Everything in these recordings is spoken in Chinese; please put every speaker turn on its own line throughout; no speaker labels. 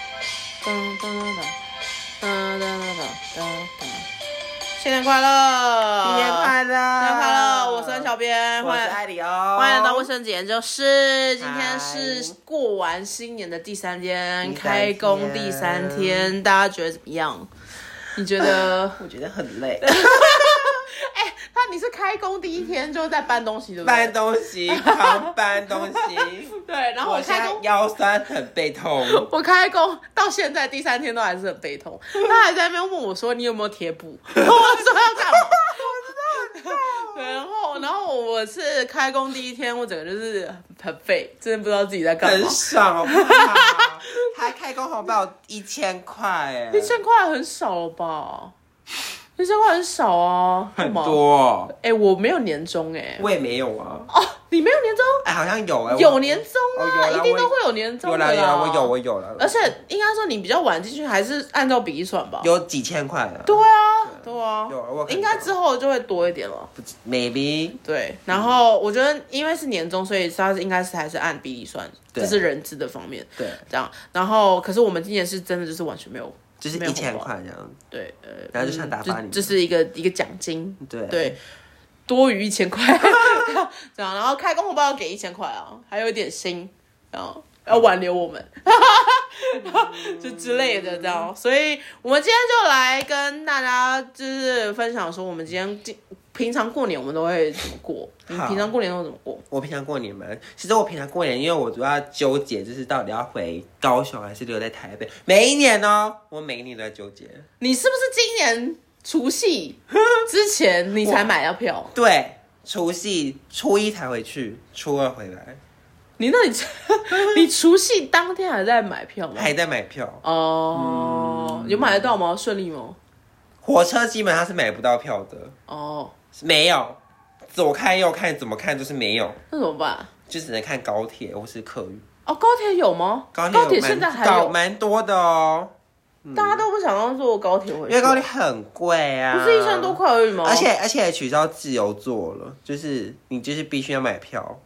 噔噔噔噔噔噔噔噔噔。新年快乐！
新年快乐！
新年快乐！我是安小编，
我
欢
是
迎
艾里哦，
欢迎来到卫生纸研究室。今天
嗨
是过完新年的第三天，
第三
开工
天
第三天，大家觉得怎么样？你觉得？
我觉得很 累，
哎、那你是开工第一天就在搬东西，对不对？
搬东西，狂搬东西，
对，然后
我
我
现
开
在
工，
腰酸很背痛。
我开工到现在第三天都还是很悲痛，他还在那边问我说你有没有贴布， 我说要干嘛？对 然后，然后我是开工第一天，我整个就是很废，真的不知道自己在干嘛
很。爽，好不好？还开工红包一千块，哎，
一千块很少吧？一千块很少啊，
很
干嘛。
多。
哎、我没有年终哎、
我也没有啊，
哦，你没有年终？
哎，好像有哎，我
有年终
哦
啊，
有啦
一定都
我
会有年终
有
的
啦有啦，我有
有。
我有了，
而且应该说你比较晚进去，还是按照比例算吧。
有几千块了，
对啊，对啊，
有我有看到
应该之后就会多一点了。
不止，maybe
对，然后我觉得因为是年终，所以它是应该是还是按比例算，
对
这是人资的方面
对，
这样。然后可是我们今年是真的就是完全没有，
就是
没有
一
红
千
包，
块这样，
对，呃，
然后啊就像打
就
发你，
这是一个一个奖金，
对
对，多余一千块， 这样，然后开工红包要给一千块啊，还有一点薪，然后要挽留我们，就之类的这样，所以我们今天就来跟大家就是分享说，我们今天今平常过年我们都会怎么过，你
好
平常过年都怎么过？
我平常过年嘛，其实我平常过年，因为我主要纠结就是到底要回高雄还是留在台北。每一年哦，我每一年都在纠结。
你是不是今年除夕之前你才买到票？
对，除夕初一才回去，初二回来，
你那里 你除夕当天还在买票吗？
还在买票。
哦，有买得到吗？顺利吗？
火车基本上是买不到票的，
哦，
没有，左看右看怎么看都是没有，
那怎么办？
就只能看高铁或是客运。
哦，高铁有吗？
高
高
铁
铁
有蛮
现在还
搞
有，
蛮多的哦，
大家都不想要坐高铁回去，啊
因为高铁很贵啊，
不是一千多块而已吗？
而且而且取消自由座了，就是你就是必须要买票。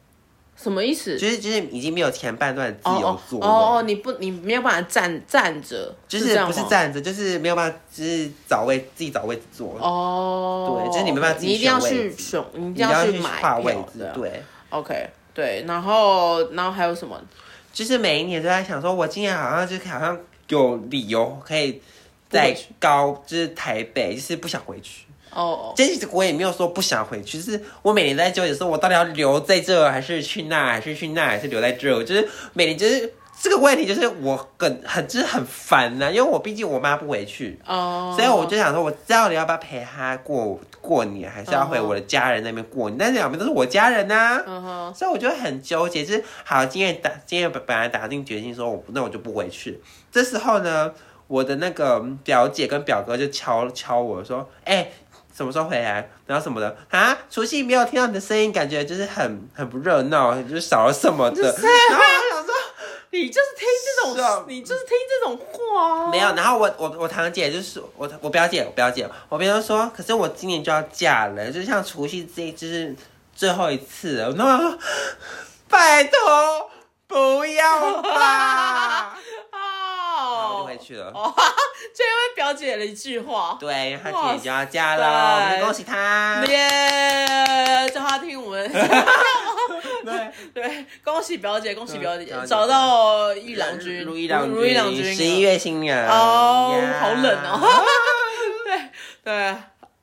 什么意思？
就是就是已经没有前半段自由
哦哦
座位，
哦哦，你不你没有办法站站着，
就是
这
是
样
不是
吗
站着，就是没有办法，就是找位自己找位置坐。
哦，
对就是你没办法自己
你一定要
选位
去
置
选，你一
你
定要
去
买
划
票
位置
的，。
对，
OK，对，然后然后还有什么？
就是每一年都在想说，我今年好像就是好像有理由可以
不
在
回去
高，就是台北，就是不想回去。
哦，
其实我也没有说不想回去，就是我每年在纠结说，我到底要留在这，还是去那，还是去那，还是留在这？我就是每年就是这个问题，就是我很很就是很烦呐、因为我毕竟我妈不回去，
哦，
所以我就想说，我到底要不要陪他过过年，还是要回我的家人那边过年？但是两边都是我家人呐、
嗯哼，
所以我就很纠结。就是好，今天打今天本本来打定决心说我不，那我就不回去。这时候呢，我的那个表姐跟表哥就敲敲我说：“哎、什么时候回来？然后什么的啊？除夕没有听到你的声音，感觉就是很很不热闹，就是少了什么的。”然后我就想说。
你就是听这
是啊
种，你就是听这种话、啊，
没有，然后我我我堂姐就是我我表姐我表姐，我表姐说，可是我今年就要嫁了，就像除夕这就是最后一次了。然后我说，拜托不要 吧，然后
哦，
我就回去了。
哦，哈哈就因为表姐的一句话，
对，因啊为她今年就要嫁
哇
了，
塞
我们恭喜她。
耶，叫她听我们，
对，
对，恭喜表姐，恭喜表姐
嗯，
找到一郎君，
如意郎
如意郎君，啊
十一月新人。
哦
呀
好冷哦。 对，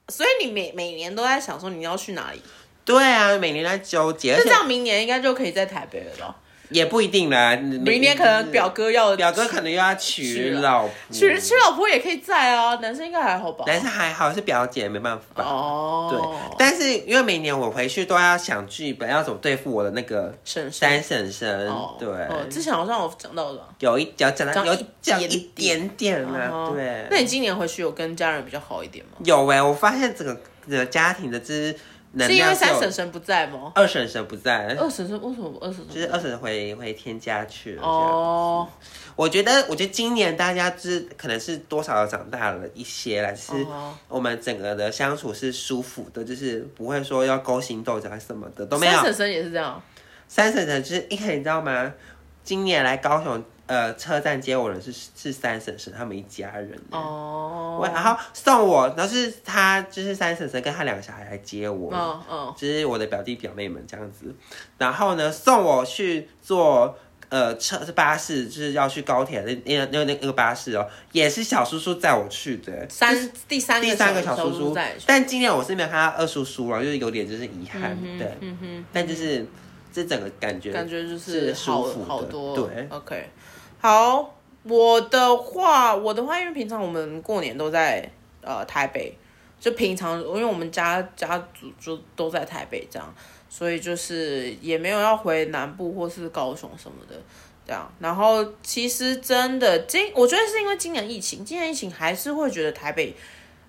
所以你每每年都在想说你要去哪里，
对啊，每年都在纠结，而
那
且
这样明年应该就可以在台北了吧？
也不一定啦。
明
明
年可能表哥要
表哥可能又要娶
娶了
老婆，
娶娶老婆也可以在啊，男生应该还好吧？
男生还好，是表姐没办法。
哦，
对，但是因为每年我回去都要想剧本，要怎么对付我的那个
婶婶
三婶婶。
哦，
对，
哦，之前好像有讲到的啊吧。
有一有讲到
讲
有
一
讲
点
一点点啦。
哦
对，
那你今年回去有跟家人比较好一点吗？
有哎、我发现整个整个家庭的之能
是因为
量
三
有
婶哦婶不在吗？
二婶婶不在，
二婶婶为什么二婶
就是
婶？
二婶婶回回天家去了。哦，
哦，
我觉得我觉得今年大家就是可能是多少长大了一些啦，就是
哦
我们整个的相处是舒服的，就是不会说要勾心斗角什么的都没有
三。婶婶也是这样。
三婶婶就是一开始你知道吗？今年来高雄呃车站接我的是是三婶婶他们一家人。
哦，
我然后送我，然后是他就是三婶婶跟他两个小孩来接我，
嗯嗯，
就是我的表弟表妹们这样子。然后呢，送我去坐呃车是巴士，就是要去高铁的那那那那个巴士哦，也是小叔叔载我去的。
三第三
第三个小叔
叔
叔
在，，
但今年我是没有看到二叔叔了，就是有点就是遗憾，
嗯
对
哼，。嗯哼，
但就是这整个感觉，
感觉就是好
舒服的
好多。
对
，OK，好，我的话，我的话，因为平常我们过年都在呃台北，就平常因为我们家家族就都在台北这样，所以就是也没有要回南部或是高雄什么的。这样，然后其实真的今，我觉得是因为今年疫情，今年疫情还是会觉得台北，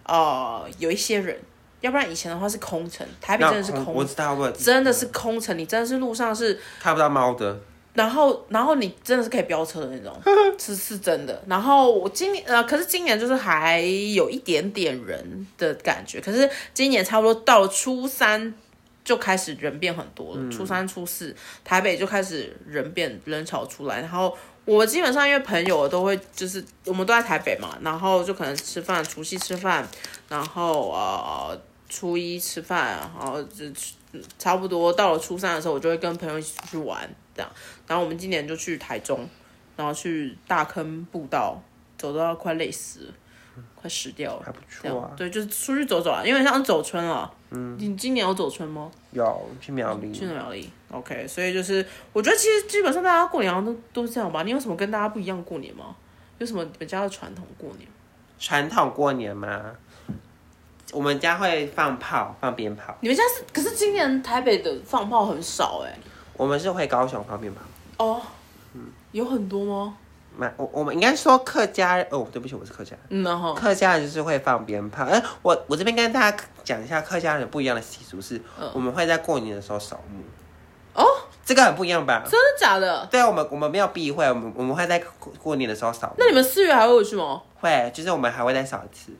呃，有一些人，要不然以前的话是空城，台北
那
真的是
空
空，
我知道我
真的是空城，你真的是路上是，
看不到猫的，
然后然后你真的是可以飙车的那种，是是真的。然后我今年呃，可是今年就是还有一点点人的感觉，可是今年差不多到初三就开始人变很多了，初三初四台北就开始人变人潮出来，然后。我基本上因为朋友都会，就是我们都在台北嘛，然后就可能吃饭，除夕吃饭，然后呃初一吃饭，然后就差不多到了初三的时候，我就会跟朋友一起出去玩，这样。然后我们今年就去台中，然后去大坑步道，走到快累死了，快死掉了
还。不
这
错
样
啊。
对，就是出去走走啊，因为像走春了。嗯，你今年有走春吗？
有去苗栗，
去哪里？OK，所以就是我觉得其实基本上大家过年好像都都是这样吧。你有什么跟大家不一样过年吗？有什么你们家的传统过年？
传统过年吗？我们家会放炮，放鞭炮。
你们家是可是今年台北的放炮很少哎、
我们是回高雄放鞭炮。
哦，有很多吗？
那我我们应该说客家哦，对不起，我是客家人。
嗯，然后
客家人就是会放鞭炮。哎、我我这边跟大家讲一下客家人不一样的习俗是，
嗯
我们会在过年的时候扫墓。
哦，
这个很不一样吧？
真的假的？
对，我们我们没有避讳，我们我们会在过过年的时候扫墓
那。你们四月还会有去吗？
会，就是我们还会再扫一次，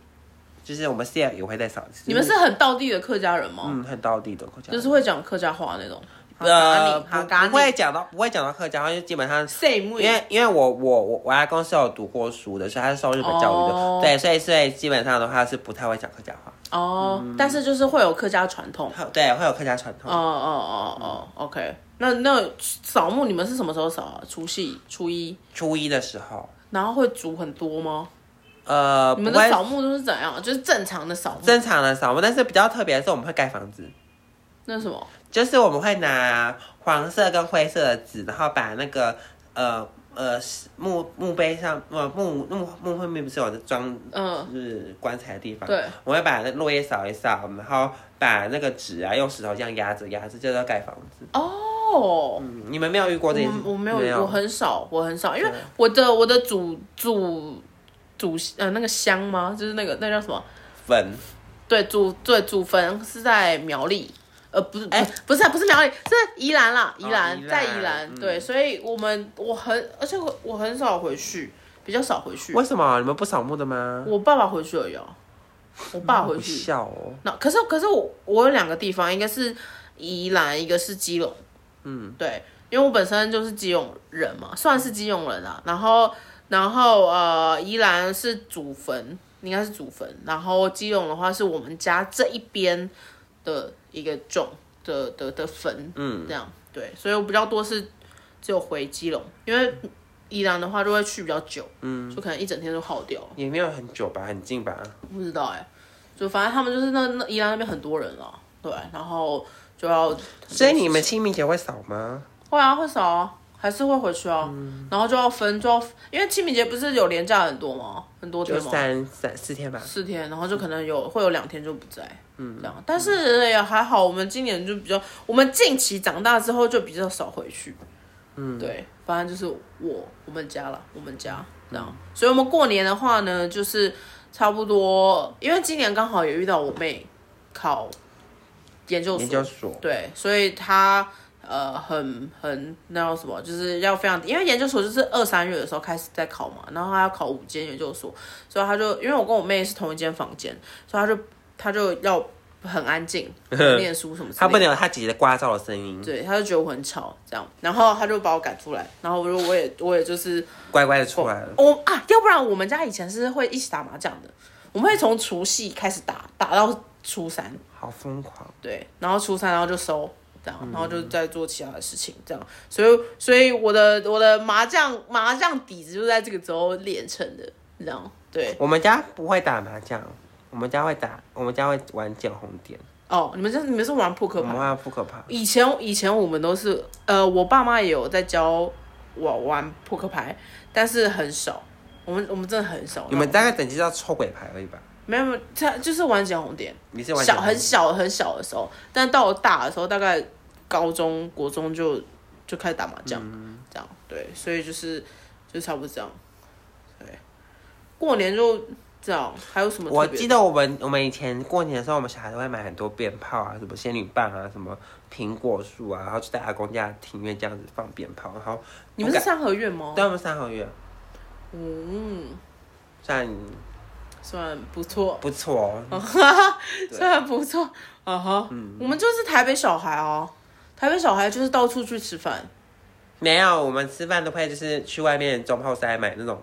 就是我们四月也会再扫一次。
你们是很道地的客家人吗？
嗯，很道地的客家人，
就是会讲客家话那种。
呃
哈
不
嘎尼
不会讲到不会讲到客家话，就基本上
，same
因为因为我我我我阿公是有读过书的，所以他是受日本教育的，
哦
对，所以所以基本上的话是不太会讲客家话，
哦，但是就是会有客家传统。
会对，会有客家传
哦
统。
哦
嗯
哦哦，OK。那那扫墓你们是什么时候扫啊？除夕、初一，
初一的时候，
然后会煮很多吗？
呃，
你们
不
的
会
扫墓都是怎样？啊就是正常的扫墓。
正常的扫墓，但是比较特别的是我们会盖房子，
那是什么？
就是我们会拿黄色跟灰色的纸，然后把那个呃呃墓墓碑上呃墓墓墓后面不是有的装
嗯，
就是棺材的地方，
对，
我会把那落叶扫一扫，然后把那个纸啊用石头这样压着压着，就叫盖房子。
哦。
嗯，你们没有遇过这件事？
我我没有，
没有
我很少，我很少，因为
对
我的我的祖祖祖呃那个香吗？就是那个那叫什么？
粉
对，祖对祖坟是在苗栗，呃，不是，哎、不是啊，不是苗栗，是宜兰啦，宜兰，
哦宜兰
在宜兰，
嗯
对，所以我们我很，而且我我很少回去，比较少回去，
为什么你们不扫墓的吗？
我爸爸回去而已、哦，我爸回
不
去，
孝哦，
那可是可是我我有两个地方，一个是宜兰，一个是基隆，嗯，对，因为我本身就是基隆人嘛，算是基隆人啊，然后然后呃，宜兰是祖坟，应该是祖坟，然后基隆的话是我们家这一边的一个种的的的坟，嗯，这样对，所以我比较多是只有回基隆，因为宜兰的话就会去比较久，嗯，就可能一整天都耗掉了，
也没有很久吧，很近吧。
不知道哎、就反正他们就是那那宜兰那边很多人了，对，然后就要，
所以你们清明节会扫吗？
会啊，会少啊，还是会回去啊。
嗯
然后就要分，就要因为清明节不是有连假很多吗？很多
就
天吗？
三三四天吧。
四天，然后就可能有会有两天就不在，嗯，这样。但是也还好，我们今年就比较，我们近期长大之后就比较少回去，嗯，对，反正就是我我们家了，我们家这样。所以我们过年的话呢，就是差不多，因为今年刚好也遇到我妹考研究所，
研究所，
对，所以他呃很很那叫什么，就是要非常，因为研究所就是二三月的时候开始在考嘛，然后他要考五间研究所，所以他就因为我跟我妹是同一间房间，所以他就他就要很安静，念书什么之
他
类
不
的。
能有他姐姐刮噪的声音，
对，他就觉得我很吵，这样，然后他就把我赶出来，然后我就我也我也就是
乖乖的出来了。
我啊，要不然我们家以前是会一起打麻将的，我们会从除夕开始打，打到初三，
好疯狂，
对，然后初三然后就收，这样，然后
嗯
就再做其他的事情，这样，所以所以我的我的麻将麻将底子就在这个时候练成的，这样，对，
我们家不会打麻将，我们家会打，我们家会玩捡红点，
哦，你们这你们是玩扑克
我们
牌？
玩扑克牌。
以前以前我们都是，呃，我爸妈也有在教我玩扑克牌，但是很少，我们我们真的很少。
你们大概等级到抽鬼牌而已吧？
没有没有，他就是玩捡红点。
你是玩捡
小
红
很小很小的时候，但到我大的时候，大概高中国中就就开始打麻将，这样对，所以就是就差不多这样，对，过年就这样，还有什么
我
特别
记
的？
得我们我们以前过年的时候，我们小孩都会买很多鞭炮啊，什么仙女棒啊，什么苹果树啊，然后就在阿公家庭院这样子放鞭炮，然后
你们是三合院吗？
对我们三合院
嗯，
算
算不错，
不错哦。
算不错，啊哈，
嗯
我们就是台北小孩哦，台北小孩就是到处去吃饭，
没有，我们吃饭都会就是去外面中后山买那种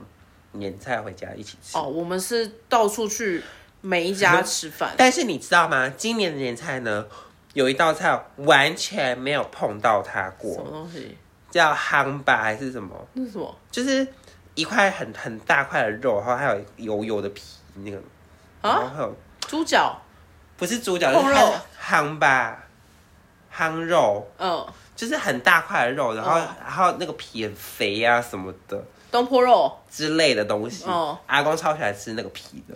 年菜回家一起吃。
哦，我们是到处去每一 家吃饭，
但是你知道吗？今年的年菜呢，有一道菜完全没有碰到它
什么
过，
东西？
叫夯吧还是什么？
那是什么
就是一块很很大块的肉，然后还有油油的皮那个，然
啊？
后还有
猪脚，
不是猪脚，
控
就是
肉
夯吧，夯肉，
嗯，
就是很大块的肉，然后、
哦
然后那个皮很肥啊什么的
东坡肉。
之类的东西。
哦
阿公超喜欢吃那个皮的，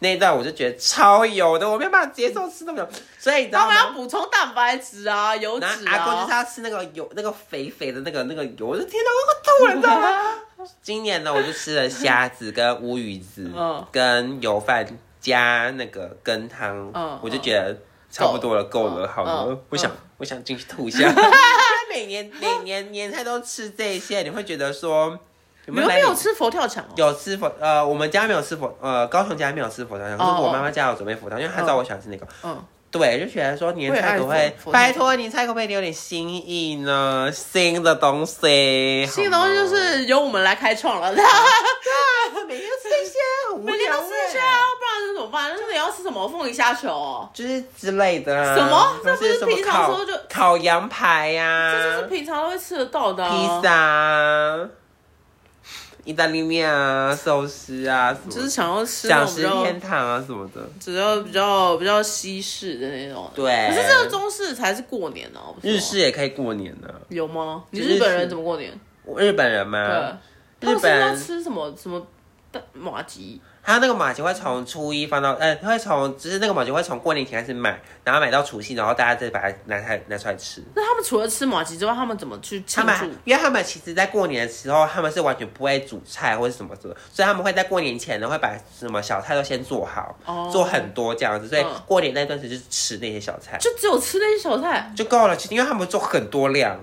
那一段我就觉得超油的，我没有办法接受吃那么油，所以你知
他
道
们要
吗？
补充蛋白质啊、油脂
然后阿公就是
啊。
要吃那个油，那个肥肥的那个那个油，我的天哪，我快吐了，你知道吗？ 今年呢，我就吃了虾子跟乌鱼子
嗯，
跟油饭加那个羹汤
嗯，
我就觉得差不多了，够
了
了，好了
嗯，
我想我想进去吐一下。 每年每年年菜都吃这些，你会觉得说有
你们
来
没
年
有吃佛跳墙哦？
有吃佛呃，我们家没有吃佛呃，高雄家没有吃佛跳墙，可
哦
是
哦
我妈妈家有准备佛跳，因为她知道我喜欢吃那个。
嗯，
对，就觉得说年菜可不
我也爱
会
佛佛，跳
拜托年菜可不可以有点新意呢？新的东西，
新的东西就
好吗
是由我们来开创 了，
每天都吃一些，很无
每天
聊
都吃一下
欸
啊，不然是怎么办？那你要吃什么凤梨虾球哦？
就是之类的、啊。
什么
或
这不是
什么
平常
烤
说就
烤羊排呀、
这就是平常都会吃得到的啊
嗯披。萨、啊、意大利面啊、寿司啊什么的，
就是想要吃那
享
种比
食
较
天堂啊什么的。
只要比较比较西式的那种。
对
可是这个中式才是过年哦，不是吗
日式也可以过年呢、
有吗？你
就日式
日本人怎么过年？
我日本人
对，
嘛，
他们是不是
日本
要吃什么什么蛋马吉？
还有那个马吉会从初一放到，呃，会从就是那个马吉会从过年前开始买，然后买到除夕，然后大家再把它拿开拿出来吃。
那他们除了吃马吉之外，他们怎么去庆
他
祝
们？，因为他们其实，在过年的时候，他们是完全不会煮菜或者什么的，所以他们会在过年前呢，会把什么小菜都先做好，
哦
做很多这样子，所以
嗯
过年那段时间就是吃那些小菜
就只有吃那些小菜，
就够了，其实因为他们做很多量，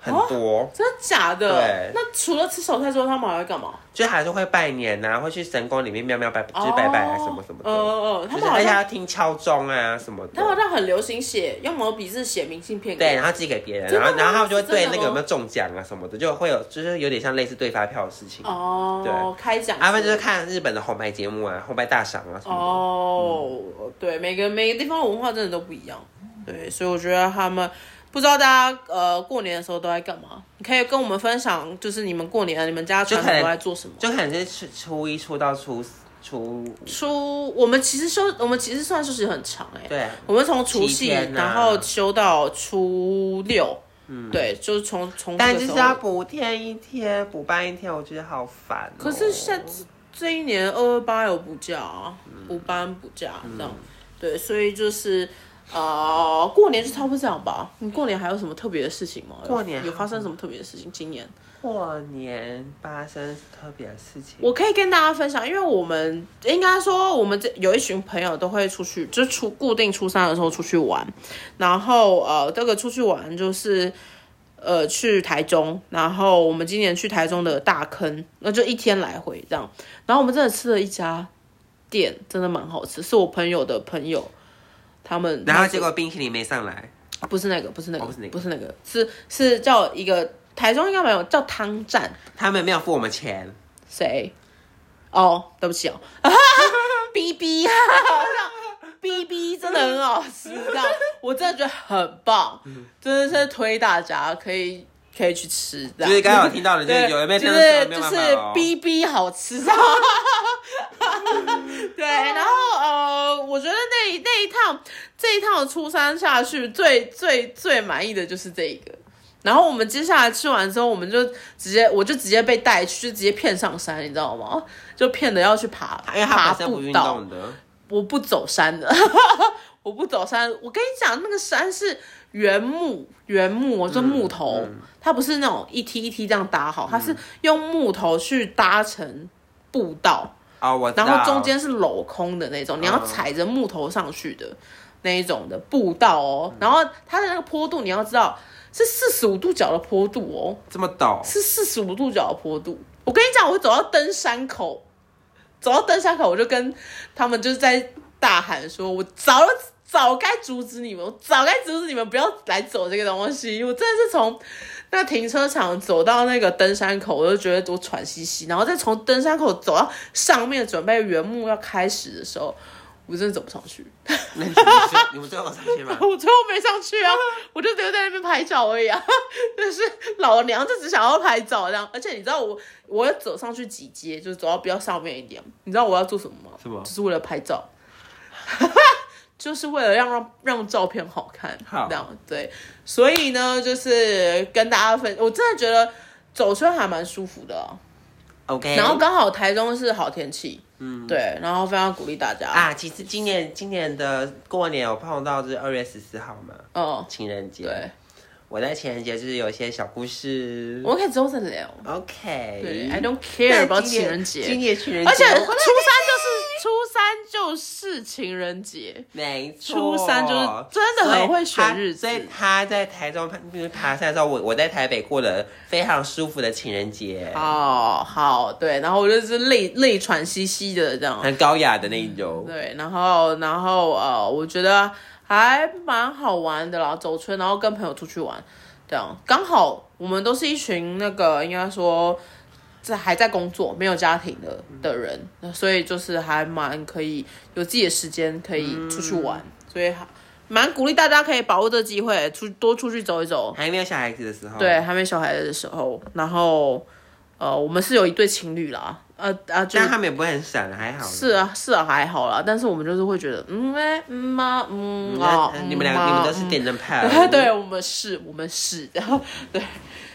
很多，
真的假的
对？
那除了吃小菜之后，他们还会干嘛？
就还是会拜年呐、会去神宫里面喵喵拜，就是拜拜啊什么什么的，
哦哦哦，他
就是
们
哎
好
而且
像
要听敲钟啊什么的，
他们好像很流行写用毛笔字写明信片给
对，啊
你，
然后寄给别人，
真
然
的
后然后他们
吗
就会
是真的哦
对那个
吗
有没有中奖啊什么的，就会有就是有点像类似对发票的事情。
哦，开奖
他们就是看日本的红白节目啊，红白大赏啊什么的。
哦，对，每个每个地方的文化真的都不一样，对，所以我觉得他们不知道大家呃过年的时候都在干嘛，你可以跟我们分享，就是你们过年啊，你们家传
就
统
可能
都在做什么。
就可能是初初一初到初四初五，
初我们其实休我们其实算休息很长哎、
对，
我们从除夕，
七天啊嗯
然后休到初六，对，就是从从
但
这
就
个
是
时候
要补天一天，补办一天，我觉得好烦哦、
可是现这一年二二八有补假啊，
嗯
补班补假这样，对，所以就是呃，过年就差不多这样吧。你过年还有什么特别的事情吗？有
过年
有发生什么特别的事情？今年
过年发生特别的事情，
我可以跟大家分享，因为我们应该说我们这有一群朋友都会出去，就出固定初三的时候出去玩，然后呃，这个出去玩就是。呃，去台中，然后我们今年去台中的大坑，那就一天来回这样。然后我们真的吃了一家店，真的蛮好吃，是我朋友的朋友他们，
然后结果冰淇淋没上来，
不是那个，不是那个，
哦不是那个
是是叫一个台中应该没有叫汤站
他们没有付我们钱，
谁？哦，对不起哦， 哔 哔，哔哔真的很好吃，这样我真的觉得很棒，真的是推大家可以可以去吃，这
就
样
是刚刚有听到的，就是
啊对，
有人被
就
那个
是就
没有办
是
法哦
B B 好吃， 对，然后呃，我觉得那那一趟这一趟初三下去最最最满意的就是这一个。然后我们接下来吃完之后，我们就直接我就直接被带去，就直接骗上山，你知道吗？就骗的要去爬，
因为他
爬
本身不
步
运
道，
动的，
我不走山的， 我不走山。我跟你讲，那个山是原木，原木，就木头，它不是那种一梯一梯这样搭好，它是用木头去搭成步道，嗯
哦，我知道
然后中间是镂空的那种，你要踩着木头上去的那一种的步道哦。然后它的那个坡度，你要知道是四十五度角的坡度哦，
这么陡，
是四十五度角的坡度。我跟你讲，我走到登山口，走到登山口，我就跟他们就是在大喊说：“我早早该阻止你们，我早该阻止你们不要来走这个东西。”我真的是从那停车场走到那个登山口，我就觉得我喘息息，然后再从登山口走到上面准备原木要开始的时候，我真的走不上去。
那你们是你们最后有上去吗？
我最后没上去 啊，我就留在那边拍照而已啊。就是老娘就只想要拍照这样，而且你知道我我要走上去几阶，就是走到比较上面一点，你知道我要做什么吗？
什么
就是为了拍照， 就是为了让让让照片好看。
好
这样对，所以呢，就是跟大家分，我真的觉得走春还蛮舒服的啊、
OK，
然后刚好台中是好天气，嗯，对，然后非常鼓励大家，
啊，其实今年今年的过年有碰到就是二月十四号嘛，
嗯，
情人节。
对，
我在情人节就是有一些小故事
我。们可以之后再聊。
OK，
对，I don't
但
care about
今年
情人节，
今年情人节，
而且初三就
我
是初三就是情人节，
没错，
初三就是真的很会选日子
所以他所以他在台中爬就是爬山的时候，我我在台北过了非常舒服的情人节，
哦，好，对，然后我就是泪泪喘兮兮的这样，
很高雅的那一种。
嗯对，然后然后呃，我觉得还蛮好玩的啦，走村，然后跟朋友出去玩，这样刚好我们都是一群那个应该说。这还在工作、没有家庭的的人，那所以就是还蛮可以有自己的时间可以出去玩，所以还蛮鼓励大家可以把握这个机会，出多出去走一走。
还没有小孩子的时候，
对，，还没小孩的时候，然后呃，我们是有一对情侣啦，呃啊，就
但他们也不会很闪，还好。
是啊是啊还好啦，但是我们就是会觉得，嗯哎、嗯妈嗯啊
那，呃你们俩
嗯啊
你们都是点灯派，
嗯 对，我们是，我们是， 然后对，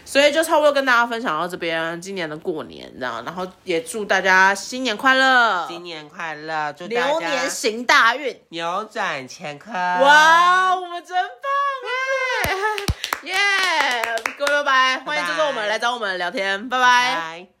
所以就差不多跟大家分享到这边，今年的过年这样，然后也祝大家新年快乐，
新年快乐，祝大
牛
家
年行大运，
扭转乾坤。
哇，
啊
我们真 棒哎，耶，各位拜拜，欢迎
拜
之
拜
后我们来找我们聊天，拜拜
拜。